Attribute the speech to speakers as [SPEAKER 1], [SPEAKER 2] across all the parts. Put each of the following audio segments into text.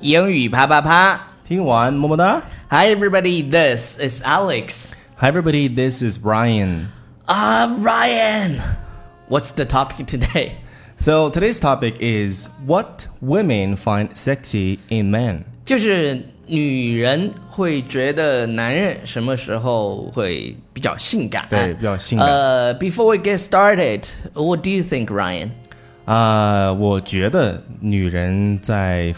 [SPEAKER 1] 英语啪啪啪
[SPEAKER 2] 听完么么哒。
[SPEAKER 1] ！Hi everybody, this is Alex.
[SPEAKER 2] Hi everybody, this is Brian.
[SPEAKER 1] Ah,
[SPEAKER 2] Uh,
[SPEAKER 1] Ryan. What's the topic today?
[SPEAKER 2] So today's topic is what women find sexy in men.
[SPEAKER 1] 就是女人会觉得男人什么时候会比较性感？啊
[SPEAKER 2] 对比较性感
[SPEAKER 1] 呃、b e f o r e we get started, what do you think, Ryan?
[SPEAKER 2] 啊、Uh, 我觉得女人在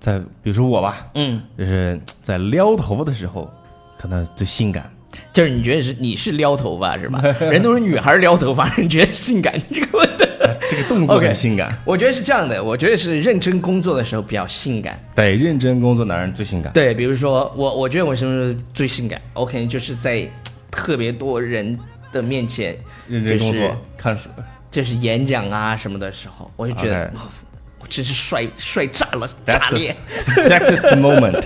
[SPEAKER 2] 在，比如说我吧，嗯，就是在撩头发的时候，可能最性感。
[SPEAKER 1] 就是你觉得是你是撩头发 是吧？人都是女孩撩头发，你觉得性感这个问 题？
[SPEAKER 2] 这个动作
[SPEAKER 1] OK
[SPEAKER 2] 很性感
[SPEAKER 1] 我觉得是这样的，我觉得是认真工作的时候比较性感。
[SPEAKER 2] 对，认真工作男人最性感。
[SPEAKER 1] 对，比如说我，我觉得我什么时候最性感？OK，就是在特别多人的面前，
[SPEAKER 2] 认真工
[SPEAKER 1] 就
[SPEAKER 2] 作，
[SPEAKER 1] 是
[SPEAKER 2] 看书。
[SPEAKER 1] 就是演讲啊什么的时候，我就觉得
[SPEAKER 2] OK
[SPEAKER 1] 哦我真是帅帅炸了，
[SPEAKER 2] That's
[SPEAKER 1] 炸
[SPEAKER 2] the
[SPEAKER 1] 裂。
[SPEAKER 2] Sexiest moment，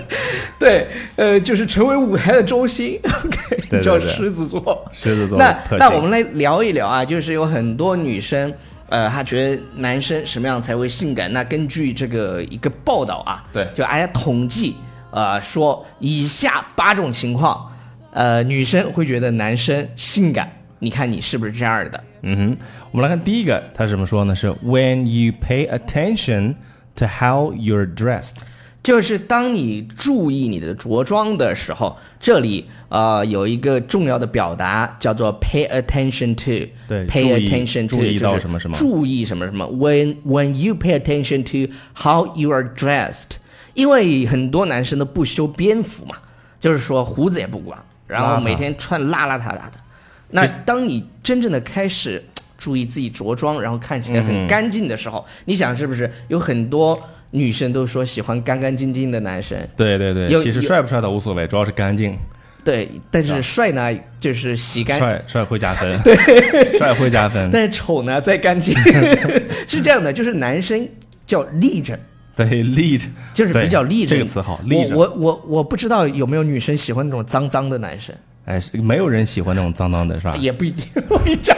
[SPEAKER 1] 对，呃，就是成为舞台的中心。OK，
[SPEAKER 2] 对
[SPEAKER 1] 你知道
[SPEAKER 2] 对对
[SPEAKER 1] 狮子座，
[SPEAKER 2] 狮子座
[SPEAKER 1] 那
[SPEAKER 2] 特
[SPEAKER 1] 那
[SPEAKER 2] 性
[SPEAKER 1] 我们来聊一聊啊，就是有很多女生，呃，她觉得男生什么样才会性感？那根据这个一个报道啊，
[SPEAKER 2] 对
[SPEAKER 1] 就大家统计，呃，说以下八种情况，呃，女生会觉得男生性感。你看你是不是这样的？
[SPEAKER 2] 嗯哼，我们来看第一个，他是怎么说呢？是 When you pay attention to how you're dressed，
[SPEAKER 1] 就是当你注意你的着装的时候，这里呃有一个重要的表达叫做 pay attention to，
[SPEAKER 2] 对
[SPEAKER 1] ，pay
[SPEAKER 2] 注意
[SPEAKER 1] attention to
[SPEAKER 2] 注意到
[SPEAKER 1] 就是
[SPEAKER 2] 什么什么
[SPEAKER 1] 注意什么什么。When when you pay attention to how you are dressed，因为很多男生都不修边幅嘛，就是说胡子也不刮，然后
[SPEAKER 2] 邋遢
[SPEAKER 1] 每天穿邋邋遢遢的。那当你真正的开始注意自己着装，然后看起来很干净的时候，你想是不是有很多女生都说喜欢干干净净的男生？
[SPEAKER 2] 对对对，
[SPEAKER 1] 有
[SPEAKER 2] 其实
[SPEAKER 1] 有
[SPEAKER 2] 帅不帅倒无所谓，主要是干净，
[SPEAKER 1] 对，但是帅呢，就是洗干净。
[SPEAKER 2] 帅帅会加分， 对，帅会加分，
[SPEAKER 1] 但是丑呢，再干净， 是这样的，就是男生叫立正，
[SPEAKER 2] 对，立着，
[SPEAKER 1] 就是比较
[SPEAKER 2] 对
[SPEAKER 1] 立正。
[SPEAKER 2] 这个词好，
[SPEAKER 1] 我
[SPEAKER 2] 立着。
[SPEAKER 1] 我我我不知道有没有女生喜欢那种脏脏的男生，
[SPEAKER 2] 哎，是没有人喜欢那种脏脏的，是吧？
[SPEAKER 1] 也不一定。 我跟你讲，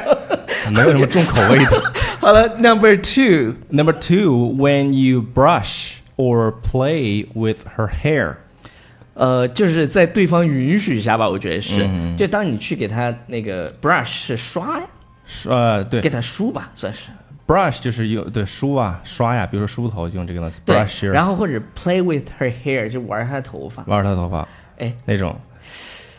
[SPEAKER 2] 没有什么重口味 的。
[SPEAKER 1] 好了，Number two，
[SPEAKER 2] Number two, when you brush or play with her hair，
[SPEAKER 1] 呃，就是在对方允许下吧，我觉得是，
[SPEAKER 2] 嗯
[SPEAKER 1] 就当你去给他那个 brush 是刷呀，
[SPEAKER 2] 呃，对
[SPEAKER 1] 给他梳吧，算是
[SPEAKER 2] ，brush 就是有对梳啊、刷呀、比如说梳头就用这个东西
[SPEAKER 1] 对
[SPEAKER 2] brush，your-
[SPEAKER 1] 然后或者 play with her hair 就玩她头发，
[SPEAKER 2] 玩她头发
[SPEAKER 1] 哎，
[SPEAKER 2] 那种，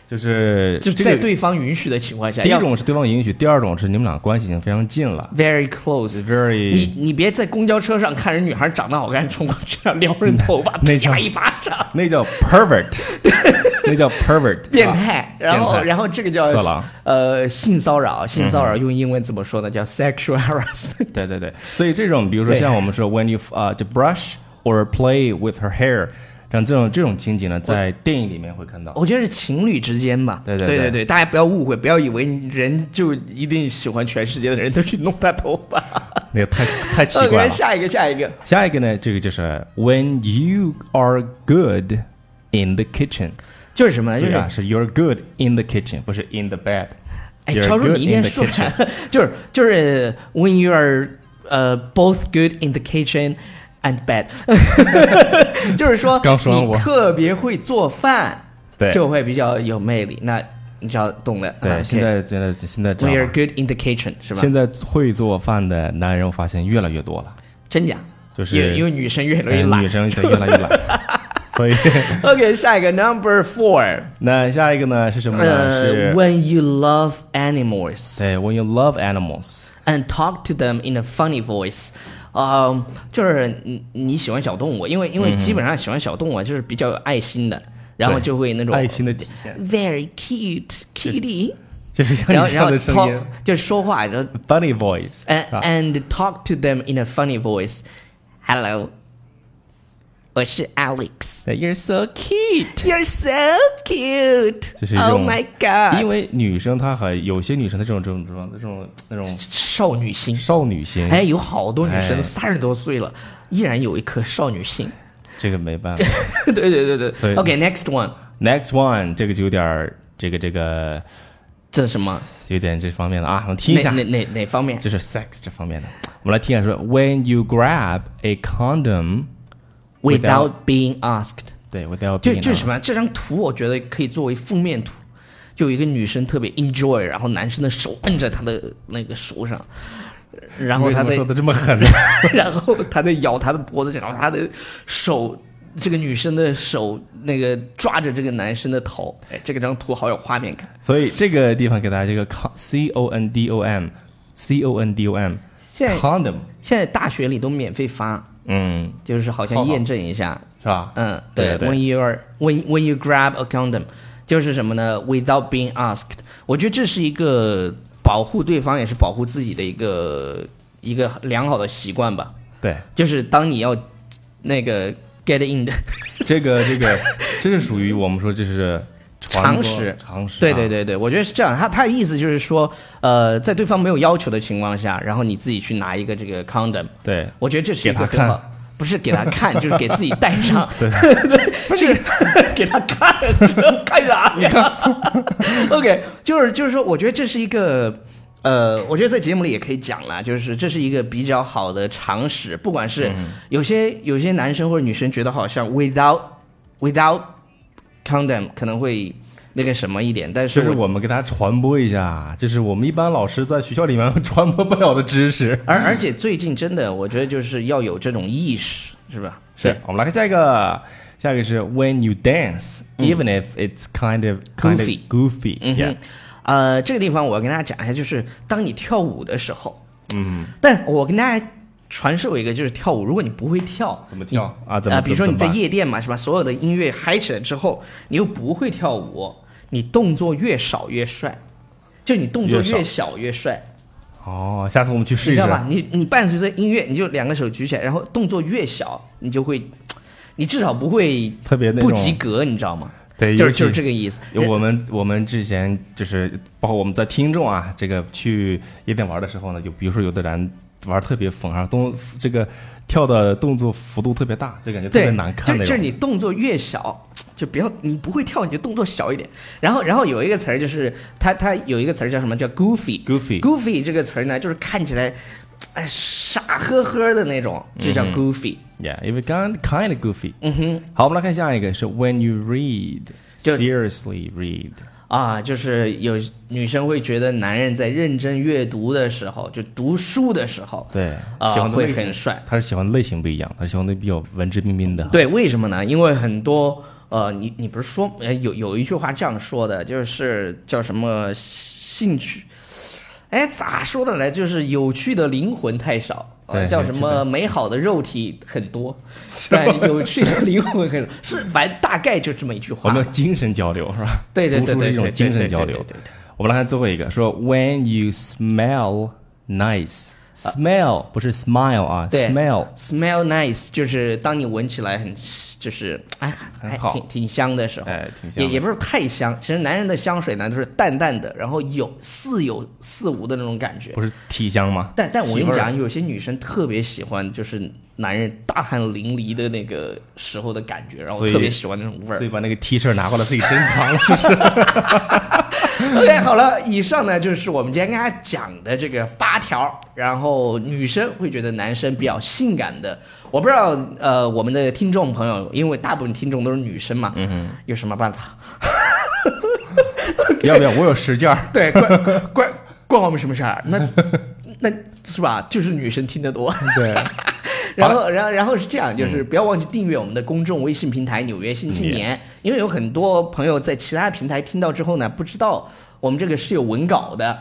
[SPEAKER 2] 就是
[SPEAKER 1] 就
[SPEAKER 2] 这
[SPEAKER 1] 在
[SPEAKER 2] 个
[SPEAKER 1] 对方允许的情况下，
[SPEAKER 2] 第一
[SPEAKER 1] 要
[SPEAKER 2] 种是对方允许，第二种是你们俩关系已经非常近了
[SPEAKER 1] very close。你
[SPEAKER 2] ，very
[SPEAKER 1] 你别在公交车上看人女孩长得好看，冲过去撩人头发，
[SPEAKER 2] 那
[SPEAKER 1] 啪
[SPEAKER 2] 叫
[SPEAKER 1] 一巴掌，
[SPEAKER 2] 那叫 pervert，那叫 pervert，
[SPEAKER 1] 变
[SPEAKER 2] 啊
[SPEAKER 1] 态。然
[SPEAKER 2] 变
[SPEAKER 1] 后
[SPEAKER 2] 态
[SPEAKER 1] 然后这个叫
[SPEAKER 2] 色狼嗯
[SPEAKER 1] 呃性骚扰，性骚扰用英文怎么说呢？叫 sexual harassment。
[SPEAKER 2] 对对对，所以这种比如说
[SPEAKER 1] 对
[SPEAKER 2] 像我们说 when you 啊、就 brush or play with her hair，像这种这种情景呢，在电影里面会看到。
[SPEAKER 1] 我觉得是情侣之间吧。
[SPEAKER 2] 对
[SPEAKER 1] 对
[SPEAKER 2] 对
[SPEAKER 1] 对
[SPEAKER 2] 对
[SPEAKER 1] 大家不要误会，不要以为人就一定喜欢全世界的人都去弄他头发。
[SPEAKER 2] 那个太太 奇怪
[SPEAKER 1] OK，
[SPEAKER 2] 了。
[SPEAKER 1] 下一个，下一个。
[SPEAKER 2] 下一个呢，这个就是 when you are good in the kitchen，
[SPEAKER 1] 就是什么呢？就
[SPEAKER 2] 对
[SPEAKER 1] 是
[SPEAKER 2] 啊，是 you're good in the kitchen，不是 in the bed。
[SPEAKER 1] 哎，
[SPEAKER 2] You're
[SPEAKER 1] 超叔，
[SPEAKER 2] good
[SPEAKER 1] 你一定
[SPEAKER 2] in the
[SPEAKER 1] 说出来， 就是就是 uh, when you are 呃、both good in the kitchen and bad，就是说
[SPEAKER 2] 刚说完
[SPEAKER 1] 你
[SPEAKER 2] 我
[SPEAKER 1] 特别会做饭，
[SPEAKER 2] 对
[SPEAKER 1] 就会比较有魅力。那你知道懂的，
[SPEAKER 2] 对，
[SPEAKER 1] 啊
[SPEAKER 2] 现在现在现在
[SPEAKER 1] OK
[SPEAKER 2] 这
[SPEAKER 1] we are
[SPEAKER 2] 样吧，
[SPEAKER 1] good in the kitchen 是吧？
[SPEAKER 2] 现在会做饭的男人，我发现越来越多了，
[SPEAKER 1] 真假？
[SPEAKER 2] 就是
[SPEAKER 1] 因为因为女生越来越
[SPEAKER 2] 哎
[SPEAKER 1] 懒
[SPEAKER 2] 女。生就越来越懒，所以
[SPEAKER 1] OK，下一个 number four，
[SPEAKER 2] 那下一个呢是什么呢？
[SPEAKER 1] 呃、
[SPEAKER 2] 是
[SPEAKER 1] w h e n you love animals
[SPEAKER 2] 对，when you love animals。
[SPEAKER 1] and talk to them in a funny voice。嗯，就是你你喜欢小动物，因为因为基本上喜欢小动物啊就是比较有爱心的，然后
[SPEAKER 2] 嗯对
[SPEAKER 1] 就会那种
[SPEAKER 2] 爱心的体现，
[SPEAKER 1] very cute kitty，
[SPEAKER 2] 就是像
[SPEAKER 1] 然后
[SPEAKER 2] 你这
[SPEAKER 1] 然
[SPEAKER 2] 样
[SPEAKER 1] 后
[SPEAKER 2] 的声
[SPEAKER 1] talk
[SPEAKER 2] 音
[SPEAKER 1] 就是说话，然后
[SPEAKER 2] ，funny voice，啊
[SPEAKER 1] and
[SPEAKER 2] 是吧
[SPEAKER 1] and talk to them in a funny voice。Hello，我是 Alex。
[SPEAKER 2] 哎，You're so cute。
[SPEAKER 1] You're so cute.
[SPEAKER 2] 这是一
[SPEAKER 1] Oh
[SPEAKER 2] 种
[SPEAKER 1] my god！
[SPEAKER 2] 因为女生她还有些女生的这种这种这种那种那种
[SPEAKER 1] 少女心，
[SPEAKER 2] 少女心，
[SPEAKER 1] 哎，有好多女生
[SPEAKER 2] 哎
[SPEAKER 1] 三十多岁了，依然有一颗少女心。
[SPEAKER 2] 这个没办法。
[SPEAKER 1] 对对对对
[SPEAKER 2] 对
[SPEAKER 1] OK, next one，
[SPEAKER 2] Next one，这个就有点儿这个这个
[SPEAKER 1] 这是什么？
[SPEAKER 2] 有点这方面的啊，我们听一
[SPEAKER 1] 哪
[SPEAKER 2] 下，
[SPEAKER 1] 哪哪哪方面？
[SPEAKER 2] 就是 sex 这方面的。我们来听一下说，When you grab a condom
[SPEAKER 1] without being asked。
[SPEAKER 2] 对，without
[SPEAKER 1] 这
[SPEAKER 2] being
[SPEAKER 1] 这是什么
[SPEAKER 2] asked？
[SPEAKER 1] 呀？这张图我觉得可以作为封面图，就有一个女生特别 enjoy，然后男生的手摁在她的那个手上，然后
[SPEAKER 2] 为什
[SPEAKER 1] 她
[SPEAKER 2] 么
[SPEAKER 1] 在
[SPEAKER 2] 说的这么狠呢？
[SPEAKER 1] 然后他在咬他的脖子，然后他的手，这个女生的手那个抓着这个男生的头，哎，这个张图好有画面感。
[SPEAKER 2] 所以这个地方给大家这个 con- c o n d o m c o n d o m
[SPEAKER 1] 现在
[SPEAKER 2] condom，
[SPEAKER 1] 现在大学里都免费发，
[SPEAKER 2] 嗯，
[SPEAKER 1] 就是好像验证一下，
[SPEAKER 2] 是吧？
[SPEAKER 1] 嗯，
[SPEAKER 2] 对对
[SPEAKER 1] w h e n you are when when you grab a condom，就是什么呢？Without being asked，我觉得这是一个保护对方也是保护自己的一个一个良好的习惯吧。
[SPEAKER 2] 对，
[SPEAKER 1] 就是当你要那个 get in 的，
[SPEAKER 2] 这个这个， 这是属于我们说这是传播
[SPEAKER 1] 常识
[SPEAKER 2] 常识啊，
[SPEAKER 1] 对对对对，我觉得是这样。他他的意思就是说，呃，在对方没有要求的情况下，然后你自己去拿一个这个 condom，
[SPEAKER 2] 对，
[SPEAKER 1] 我觉得这是一个
[SPEAKER 2] 给他
[SPEAKER 1] 很好，不是给他 看，就是给自己戴上。
[SPEAKER 2] 对
[SPEAKER 1] 不是给他看， 看啥呀？OK，就是就是说，我觉得这是一个。呃，我觉得在节目里也可以讲了，就是这是一个比较好的常识，不管是
[SPEAKER 2] 嗯
[SPEAKER 1] 有些、有些男生或者女生觉得好像 without without condom 可能会那个什么一点，但是
[SPEAKER 2] 这
[SPEAKER 1] 我
[SPEAKER 2] 是我们给大家传播一下，这是我们一般老师在学校里面 传播不了的知识。
[SPEAKER 1] 而而且最近真的，我觉得就是要有这种意识，是吧？
[SPEAKER 2] 是我们来看下一个，下一个是 When you dance, even if it's kind of kind of
[SPEAKER 1] 嗯 Goofy
[SPEAKER 2] goofy，
[SPEAKER 1] 嗯
[SPEAKER 2] yeah
[SPEAKER 1] 哼，呃，这个地方我要跟大家讲一下，就是当你跳舞的时候，嗯，但我跟大家传授一个，就是跳舞，如果你不会跳，
[SPEAKER 2] 怎么跳啊？
[SPEAKER 1] 你
[SPEAKER 2] 怎么？
[SPEAKER 1] 啊，比如说
[SPEAKER 2] 怎
[SPEAKER 1] 你
[SPEAKER 2] 么
[SPEAKER 1] 在
[SPEAKER 2] 办
[SPEAKER 1] 夜店嘛，是吧？所有的音乐嗨起来之后，你又不会跳舞，你动作越少越帅，就你动作
[SPEAKER 2] 越少
[SPEAKER 1] 越小越帅，
[SPEAKER 2] 哦，下次我们去试
[SPEAKER 1] 你
[SPEAKER 2] 一
[SPEAKER 1] 知道
[SPEAKER 2] 试。
[SPEAKER 1] 吧？你你伴随着音乐，你就两个手举起来，然后动作越小，你就会，你至少不会
[SPEAKER 2] 特别那种
[SPEAKER 1] 不及格，你知道吗？
[SPEAKER 2] 对，
[SPEAKER 1] 就
[SPEAKER 2] 尤
[SPEAKER 1] 是就是
[SPEAKER 2] 其
[SPEAKER 1] 这个意思。
[SPEAKER 2] 我们我们之前就是包括我们的听众啊，这个去夜店玩的时候呢，就比如说有的人玩特别疯啊，动这个跳的动作幅度特别大，就感觉特别
[SPEAKER 1] 对，
[SPEAKER 2] 难看
[SPEAKER 1] 就
[SPEAKER 2] 那
[SPEAKER 1] 就是
[SPEAKER 2] 种。
[SPEAKER 1] 你动作越小，就不要你不会跳，你就动作小一点。然后，然后有一个词儿就是它它有一个词儿叫什么叫 goofy。
[SPEAKER 2] Goofy，
[SPEAKER 1] goofy 这个词儿呢，就是看起来，哎，傻呵呵的那种，就
[SPEAKER 2] 嗯
[SPEAKER 1] 叫 goofy。
[SPEAKER 2] yeah，因为 kind kind of goofy。
[SPEAKER 1] 嗯哼，
[SPEAKER 2] 好，我们来看下一个是 When you read
[SPEAKER 1] 就
[SPEAKER 2] seriously read，
[SPEAKER 1] 啊，就是有女生会觉得男人在认真阅读的时候，就读书的时候，
[SPEAKER 2] 对，
[SPEAKER 1] 啊
[SPEAKER 2] 喜欢，的类
[SPEAKER 1] 会
[SPEAKER 2] 型
[SPEAKER 1] 很帅。
[SPEAKER 2] 他是喜欢的类型不一样，他是喜欢的比较文质彬彬的。
[SPEAKER 1] 对，为什么呢？因为很多呃，你你不是说呃有有一句话这样说的，就是叫什么兴趣？哎，咋说的来？就是有趣的灵魂太少，呃、
[SPEAKER 2] 对
[SPEAKER 1] 叫什么美好的肉体很 多，但有趣的灵魂很少，是反正大概就这么一句
[SPEAKER 2] 我
[SPEAKER 1] 话
[SPEAKER 2] 们。要精神交流是吧？
[SPEAKER 1] 啊对对对
[SPEAKER 2] 读书
[SPEAKER 1] 对，
[SPEAKER 2] 是一种
[SPEAKER 1] 对
[SPEAKER 2] 精神
[SPEAKER 1] 对对
[SPEAKER 2] 交
[SPEAKER 1] 对
[SPEAKER 2] 流
[SPEAKER 1] 对。对对
[SPEAKER 2] 我们来看最后一个，说 When you smell nice。Smell 不是 smile 啊
[SPEAKER 1] 啊对
[SPEAKER 2] ，smell
[SPEAKER 1] Smell nice，就是当你闻起来很，就是哎呀，还
[SPEAKER 2] 很好
[SPEAKER 1] 挺挺香的时候，
[SPEAKER 2] 哎挺香
[SPEAKER 1] 也
[SPEAKER 2] 的
[SPEAKER 1] 也不是太香。其实男人的香水呢，都是淡淡的，然后有似有似无的那种感觉。
[SPEAKER 2] 不是体香吗？
[SPEAKER 1] 但但我跟
[SPEAKER 2] 体
[SPEAKER 1] 你
[SPEAKER 2] 味儿
[SPEAKER 1] 讲，有些女生特别喜欢，就是男人大汗淋漓的那个时候的感觉，然后
[SPEAKER 2] 所以
[SPEAKER 1] 特别喜欢那种味儿
[SPEAKER 2] 所以。把那个 T 恤拿过来自己珍藏了，是 不是？
[SPEAKER 1] OK，好了，以上呢就是我们今天跟大家讲的这个八条，然后女生会觉得男生比较性感的。我不知道，呃，我们的听众朋友，因为大部分听众都是女生嘛，嗯、有什么办法？
[SPEAKER 2] 要不要？我有十件儿。
[SPEAKER 1] 对，关关关我们什么事儿？那那是吧？就是女生听得多。
[SPEAKER 2] 对，
[SPEAKER 1] 然后，然后，然后是这样，就是不要忘记订阅我们的公众微信平台《纽约新青年》，因为有很多朋友在其他平台听到之后呢，不知道我们这个是有文稿的。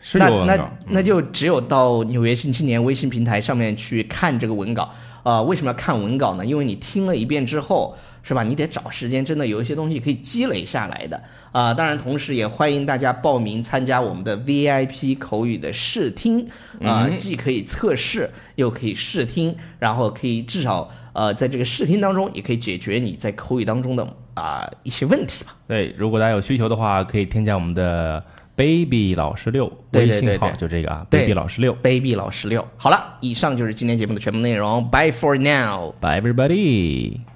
[SPEAKER 2] 是
[SPEAKER 1] 那
[SPEAKER 2] 有文
[SPEAKER 1] 那
[SPEAKER 2] 稿。嗯
[SPEAKER 1] 那就只有到《纽约新青年》微信平台上面去看这个文稿。啊、为什么要看文稿呢？因为你听了一遍之后，是吧？你得找时间，真的有一些东西可以积累下来的啊、当然，同时也欢迎大家报名参加我们的 VIP 口语的试听啊、
[SPEAKER 2] 嗯
[SPEAKER 1] 既可以测试，又可以试听，然后可以至少呃，在这个试听当中，也可以解决你在口语当中的啊、一些问题吧。
[SPEAKER 2] 对，如果大家有需求的话，可以添加我们的 baby 老师六
[SPEAKER 1] 对
[SPEAKER 2] 微
[SPEAKER 1] 对对
[SPEAKER 2] 信号，
[SPEAKER 1] 对
[SPEAKER 2] 就这个啊
[SPEAKER 1] 对
[SPEAKER 2] ，baby 老师六。
[SPEAKER 1] Baby 老十六，好了，以上就是今天节目的全部内容。Bye for now。
[SPEAKER 2] Bye everybody。